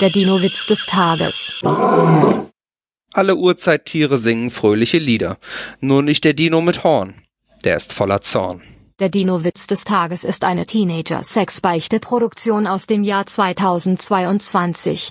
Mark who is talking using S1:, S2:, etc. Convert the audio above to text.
S1: Der Dino-Witz des Tages.
S2: Alle Urzeittiere singen fröhliche Lieder, nur nicht der Dino mit Horn. Der ist voller Zorn.
S1: Der Dino-Witz des Tages ist eine Teenager-Sex-Beichte-Produktion aus dem Jahr 2022.